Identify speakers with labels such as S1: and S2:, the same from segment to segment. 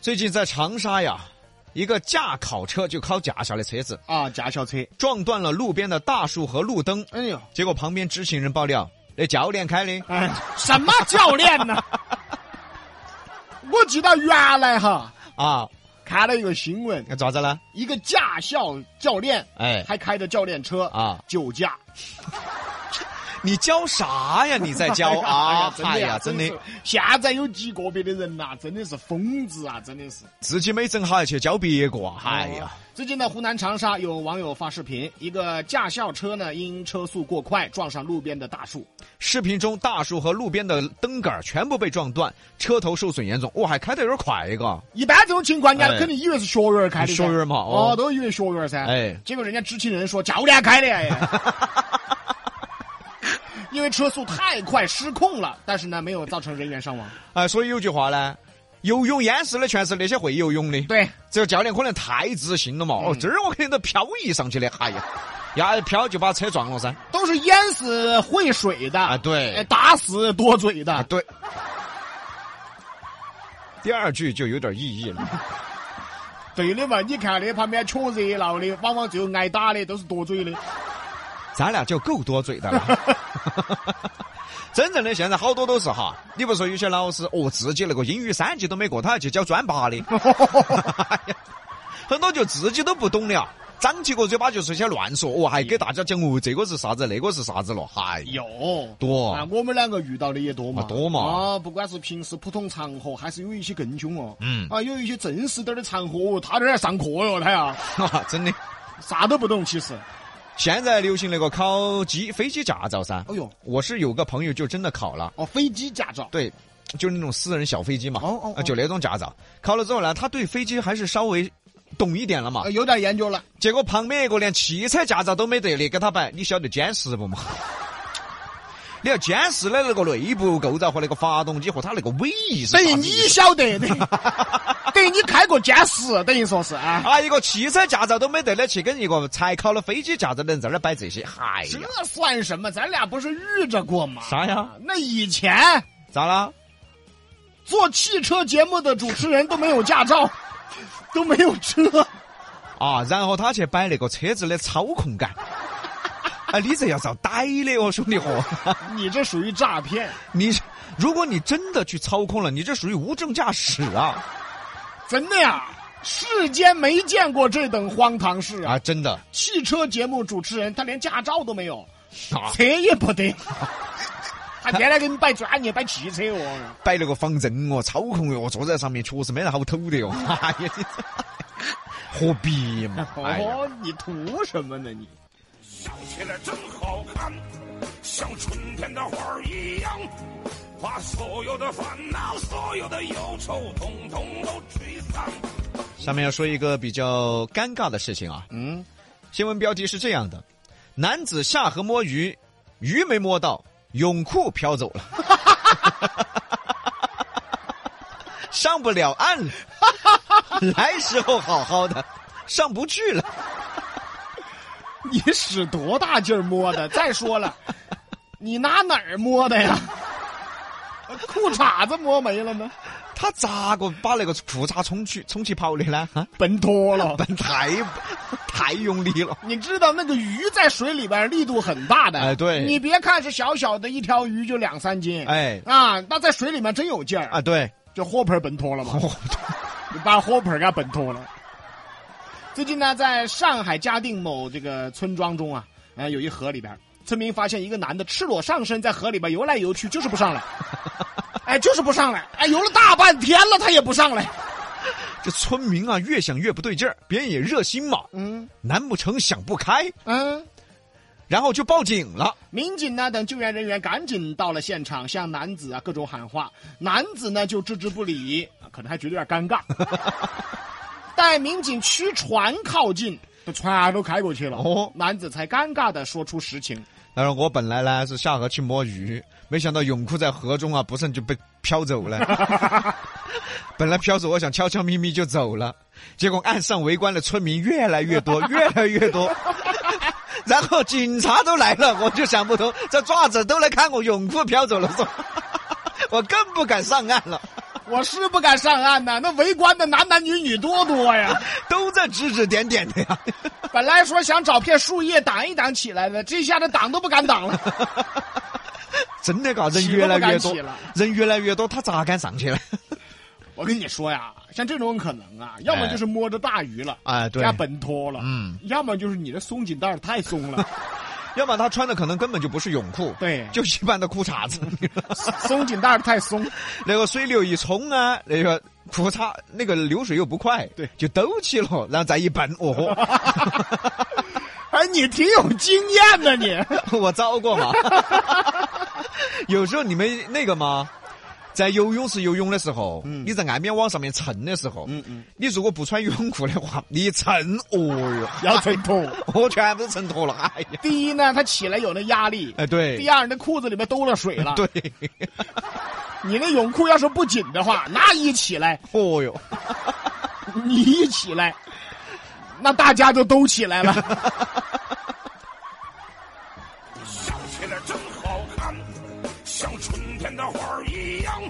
S1: 最近在长沙呀，一个驾考车就考驾校的车子
S2: 啊，驾校车，
S1: 撞断了路边的大树和路灯，
S2: 哎呦，
S1: 结果旁边知情人爆料，那教练开的。
S2: 哎，什么教练呢？我记得原来哈
S1: 啊，
S2: 看了一个新闻，
S1: 咋子了？
S2: 一个驾校教练
S1: 哎
S2: 还开着教练车
S1: 啊，
S2: 酒驾
S1: 你教啥呀？你在教啊？
S2: 哎
S1: 哎呀，真的
S2: 是，现在有极个别的人呐、真的是疯子啊，真的是。哦
S1: 自己没整好还去教别个，
S2: 嗯
S1: 哎呀，，
S2: 最近呢，湖南长沙有网友发视频，一个驾校车呢因车速过快撞上路边的大树，
S1: 视频中大树和路边的灯杆儿全部被撞断，车头受损严重。哇，还开得有点快一个。
S2: 一般这种情况，人
S1: 哎
S2: 家肯定以为是学员开的噻，
S1: 学员嘛哦
S2: 哦，都以为学员噻，
S1: 哎
S2: 结果人家知情人说教练开的， 哎，因为车速太快失控了，但是呢，没有造成人员伤亡。
S1: 哎，所以有句话呢，游泳淹死的全是那些会游泳的。
S2: 对，
S1: 这个教练可能太自信了嘛，哦，这儿我肯定都漂移上去的，哎呀，要一飘就把车撞了噻。
S2: 都是淹死会水的
S1: 啊对
S2: 哎打死多嘴的。
S1: 啊，对。第二句就有点意义 了，
S2: 对的嘛，你看那旁边瞧热闹的，往往最后挨打的都是多嘴的。
S1: 咱俩就够多嘴的了。 真正的现在好多都是哈，你不说有些老师哦，自己那个英语三级都没过，他还去教专八的， 哎呀很多就自己都不懂了，张起个嘴巴就随些乱说，哦，还给大家讲哦，这个是啥子，那个是啥子了，嗨，
S2: 有
S1: 多
S2: 啊，我们两个遇到的也多嘛，
S1: 啊多嘛
S2: 啊，不管是平时普通场合，还是有一些更凶哦，
S1: 嗯
S2: 啊，有一些正式点儿的场合，哦他这儿上课哟，他呀，
S1: 哈，啊真的。
S2: 啥都不懂，其实，
S1: 现在流行那个考机飞机驾照噻。
S2: 哎呦，
S1: 我是有个朋友就真的考了，
S2: 哦，飞机驾照，
S1: 对，就是那种私人小飞机嘛，
S2: 哦哦哦
S1: 啊就那种驾照。考了之后呢，他对飞机还是稍微懂一点了嘛
S2: 呃。有点研究了，
S1: 结果旁边一个连汽车驾照都没得的，给他摆，你晓得监视不嘛？ 你要监视的那个内部构造和那个发动机和它那个尾翼是啥
S2: 等
S1: 子
S2: 于
S1: 意思
S2: 哎你晓 得的，等于你开过监视，等于说是啊，
S1: 啊，一个汽车驾照都没得的，去跟一个才考了飞机驾照的人在那儿摆这些，嗨
S2: 这
S1: 呀，
S2: 算什么？咱俩不是遇着过吗？
S1: 啥呀？
S2: 那以前
S1: 咋啦？
S2: 做汽车节目的主持人都没有 驾照，都没有车。
S1: 啊，然后他去摆那个车子的操控 杆。啊，你这要遭逮的哦，兄弟伙！
S2: 你这属于诈骗，
S1: 你如果你真的去操控了，你这属于无证驾驶啊！
S2: 真的呀！世间没见过这等荒唐事啊！
S1: 啊，真的
S2: 汽车节目主持人他连驾照都没有，
S1: 啊，
S2: 车也 不得，他天天给你摆专业、摆汽车哦。
S1: 摆那个仿真哦，操控哟，坐在上面确实没得好偷的哟。 哎呀，你这何必嘛？ 哎呀，
S2: 哦，你图什么呢你？
S3: 笑起来真好看，像春天的花儿一样，把所有的烦恼、所有的忧愁，统统都吹散。
S1: 下面要说一个比较尴尬的事情啊。
S2: 嗯，
S1: 新闻标题是这样的：男子下河摸鱼，鱼没摸到，泳裤飘 走了，上不了岸了。来时候好好的，上不去了。
S2: 你使多大劲儿摸的？再说了，你拿哪儿摸的呀？裤衩子摸没了呢，
S1: 他咋个把那个裤衩冲去冲去跑的呢？啊，
S2: 奔脱了。
S1: 本太太用力了。
S2: 你知道那个鱼在水里边力度很大的，
S1: 哎对
S2: 你别看是小小的一条鱼就两三斤，
S1: 哎
S2: 啊，那在水里面真有劲儿
S1: 啊，，对，哦
S2: 就火盆奔脱了嘛，你把火盆给奔脱了。最近呢，在上海嘉定某这个村庄中啊，呃，有一河里边，村民发现一个男的赤裸上身在河里边游来游去，就是不上来，哎，就是不上来，哎，游了大半天了，他也不上来，
S1: 这村民啊，越想越不对劲儿，别人也热心嘛，
S2: 嗯
S1: 难不成想不开，
S2: 嗯。
S1: 然后就报警了？
S2: 民警呢等救援人员赶紧到了现场，向男子啊各种喊话，男子呢就置之不理，啊可能还觉得有点尴尬。待民警驱船靠近，这船都开过去了，
S1: 哦
S2: 男子才尴尬的说出实情。
S1: 他说我本来呢是下河去摸鱼，没想到泳裤在河中啊不慎就被飘走了。 本来飘走，我想悄悄咪咪就走了，结果岸上围观的村民越来越多，越来越多。然后警察都来了，我就想不通， 这爪子都来看我泳裤飘走了，说我更不敢上岸了。
S2: 我是不敢上岸呐、那围观的男男女女多多呀。
S1: 都在指指点点的呀。
S2: 本来说想找片树叶挡一挡起来的，这下子挡都不敢挡了。
S1: 真的嘎，人
S2: 起都
S1: 越来
S2: 不敢
S1: 越多
S2: 起了，
S1: 人越来越多，他咋敢上去呢？
S2: 我跟你说呀，像这种可能啊，要么
S1: 哎
S2: 就是摸着大鱼了，
S1: 哎，对
S2: 加，本脱了，
S1: 嗯，
S2: 要么就是你的松紧带儿太松了，
S1: 要么他穿的可能根本就不是泳裤，
S2: 对
S1: 就一般的裤衩子。
S2: 松紧带儿太松，
S1: 那个水流一冲啊，那个裤衩那个流水又不快，
S2: 对
S1: 就兜起了，然后再一蹦，哦豁，
S2: 哎，你挺有经验的你。
S1: 我遭过嘛。有时候你们那个吗？在游泳池游泳的时候，你在岸边往上面蹭的时候，
S2: 嗯嗯，
S1: 你如果不穿泳裤的话，你一蹭，哦哟，
S2: 要吹头。
S1: 我全部蹭脱了，哎呀，
S2: 第一呢，他起来有那压力；
S1: 哎对
S2: 第，二，那裤子里面兜了水了。
S1: 对，
S2: 你那泳裤要是不紧的话，那一起来，
S1: 哦哟。
S2: 你一起来，那大家就都起来了。
S3: 笑起来真好看，像春天的花儿一样，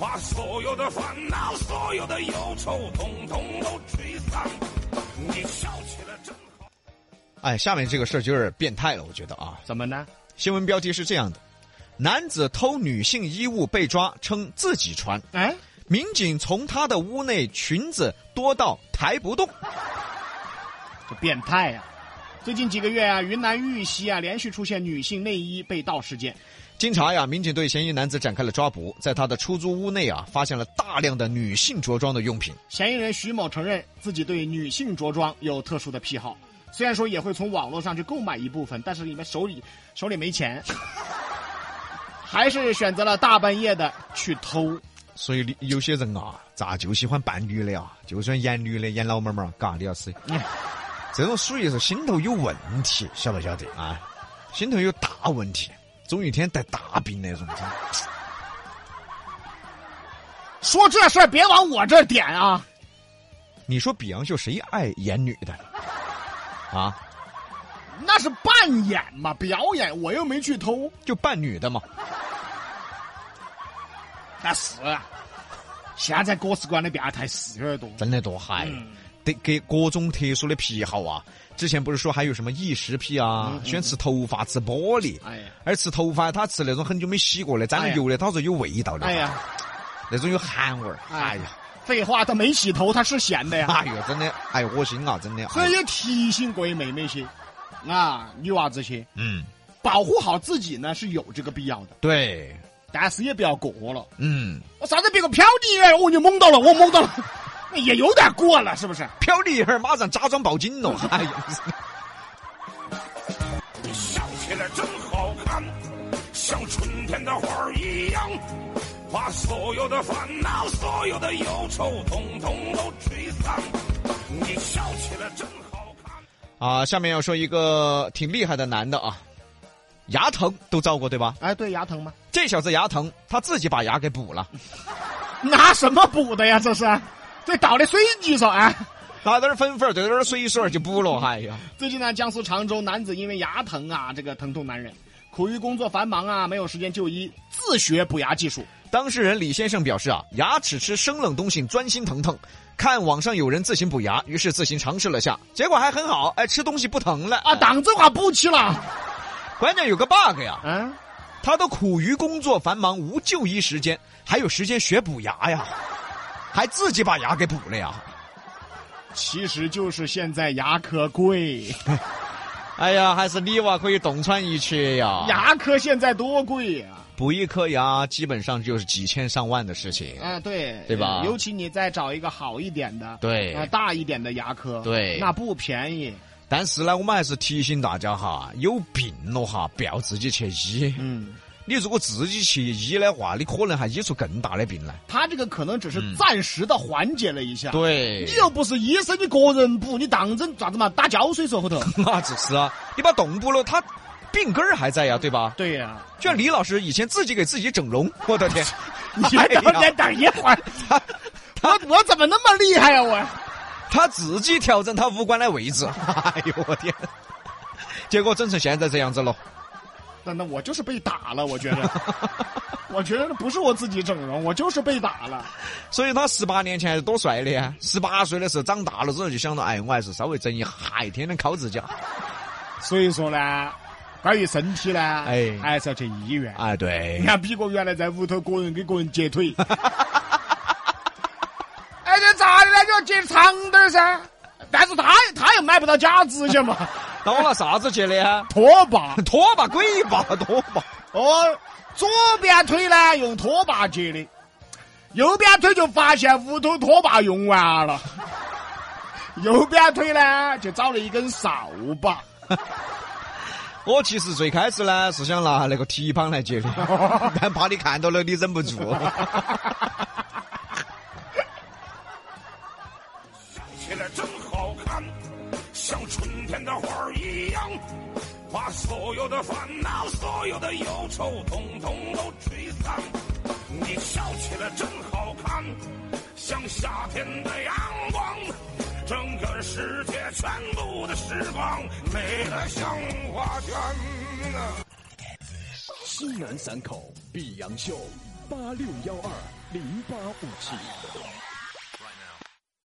S3: 把所有的烦恼、所有的忧愁，统统都吹散。你笑起来真好。
S1: 哎，下面这个事儿就有点变态了，我觉得啊。
S2: 怎么呢？
S1: 新闻标题是这样的：男子偷女性衣物被抓，称自己穿。
S2: 哎，
S1: 民警从他的屋内裙子多到抬不动。
S2: 这变态啊呀、最近几个月啊，云南玉溪啊，连续出现女性内衣被盗事件。
S1: 经查呀，民警对嫌疑男子展开了抓捕，在他的出租屋内啊，发现了大量的女性着装的用品。
S2: 嫌疑人徐某承认自己对女性着装有特殊的癖好，虽然说也会从网络上去购买一部分，但是你们手里手里没 钱，还是选择了大半夜的去偷。
S1: 所以你有些人啊，咋就喜欢扮女的啊？就喜欢演女的、演老妹儿嘛，嘎，李老师
S2: 嗯，
S1: 这种属于是心头有问题，晓不晓得啊？心头有大问题，总有一天带大病那种。真的
S2: 说这事儿别往我这儿点啊！
S1: 你说比洋秀谁爱演女的啊？
S2: 那是扮演嘛，表演，我又没去偷。
S1: 就扮女的嘛。
S2: 那是，现在各式各样的变态是有点多。
S1: 真的多嗨
S2: 嗯，
S1: 得给各种特殊的癖好啊！之前不是说还有什么异食癖啊，喜欢吃头发、吃玻璃，
S2: 嗯哎呀，
S1: 而吃头发他吃那种很久没洗过的、沾
S2: 哎
S1: 了
S2: 呀
S1: 油的，他说有味道的，
S2: 哎呀，
S1: 那种有汗味儿，哎
S2: 哎
S1: 呀
S2: 呀，，废话，他没洗头，他是咸的呀。
S1: 哎呦，真的，哎呦，恶心啊，真的，
S2: 所
S1: 哎
S2: 以
S1: 呀
S2: 也提醒各位妹妹些，啊，女娃子些，
S1: 嗯，
S2: 保护好自己呢是有这个必要的，
S1: 对，
S2: 但是也不要过了。
S1: 嗯，
S2: 我啥子别个飘你，哎我就懵到了，我懵到了，那也有点过了，是不是？
S1: 飘你一会儿，马上假装报警 了，哎呀，
S3: 你笑起来真好看，像春天的花儿一样，把所有的烦恼、所有的忧愁，统统都吹散。你笑起来真好看。
S1: 啊，下面要说一个挺厉害的男的啊，牙疼都照过对吧？
S2: 哎，对，牙疼吗？
S1: 这小子牙疼，他自己把牙给补 了。
S2: 拿什么补的呀？这是，这倒的水泥说哎。
S1: 拿点儿粉粉儿，兑点儿水水儿就补了。哎呀，
S2: 最近呢，江苏常州男子因为牙疼啊，这个疼痛难忍，苦于工作繁忙啊，没有时间就医，自学补牙技术。
S1: 当事人李先生表示啊，牙齿吃生冷东西钻心疼疼，看网上有人自行补牙，于是自行尝试了下，结果还很好，哎，吃东西不疼了
S2: 啊，。档子话补起了，
S1: 关键有个 bug 呀，
S2: 嗯，
S1: 他都苦于工作繁忙无就医时间，还有时间学补牙呀，还自己把牙给补了呀。
S2: 其实就是现在牙科贵。
S1: 哎呀，还是你娃可以洞穿一切呀
S2: 牙科现在多贵啊呀、
S1: 补一颗牙基本上就是几千上万的事情
S2: 啊！。对，
S1: 对吧
S2: 尤其你再找一个好一点的，
S1: 对
S2: 啊大一点的牙科，
S1: 对
S2: 那不便宜。
S1: 但是呢，我们还是提醒大家哈，有病了哈，不要自己去医。
S2: 嗯，
S1: 你如果自己去医的话，你可能还医出更大的病来。
S2: 他这个可能只是暂时的缓解了一下。
S1: 对
S2: 你又不是医生，你个人补，你当真咋子嘛？打胶水说后头。
S1: 那只是啊，你把洞补了，他病根儿还在呀，对吧？
S2: 对呀、
S1: 就像李老师以前自己给自己整容，我的天，
S2: 你等
S1: 哎
S2: 等等一会儿，我我怎么那么厉害呀、啊我
S1: 他自己调整他 五官的位置，哎呦我天，结果整成现在这样子了。
S2: 那那我就是被打了，我觉得，我觉得不是我自己整容，我就是被打了。
S1: 所以他十八年前还是多帅的呀！十八岁的时候长大了之后就想到，哎，我还是稍微整一下，天天敲自己。
S2: 所以说呢，关于身体呢，
S1: 哎
S2: 还是要去医院。
S1: 哎，对
S2: 你，看比哥原来在屋头个人给个人截腿， 哎，这咋的呢？就截长点儿噻。但是他他又买不到假指甲嘛，
S1: 那我拿啥子去的呀？
S2: 拖把。
S1: 拖把、鬼把、拖把。
S2: 哦，左边腿呢用拖把截的，右边腿就发现屋头拖把用完了，右边腿呢就找了一根扫把。
S1: 我其实最开始呢是想拿那个蹄膀来接的， 但怕你看到了你忍不住。
S3: 想起来真好看，像春天的花儿一样，把所有的烦恼、所有的忧愁，统统都吹散。你笑起来真好看，像夏天的阳光，整个世界全部的时光美得像画卷啊。
S4: 西南散口碧阳秀八六幺二零八五七。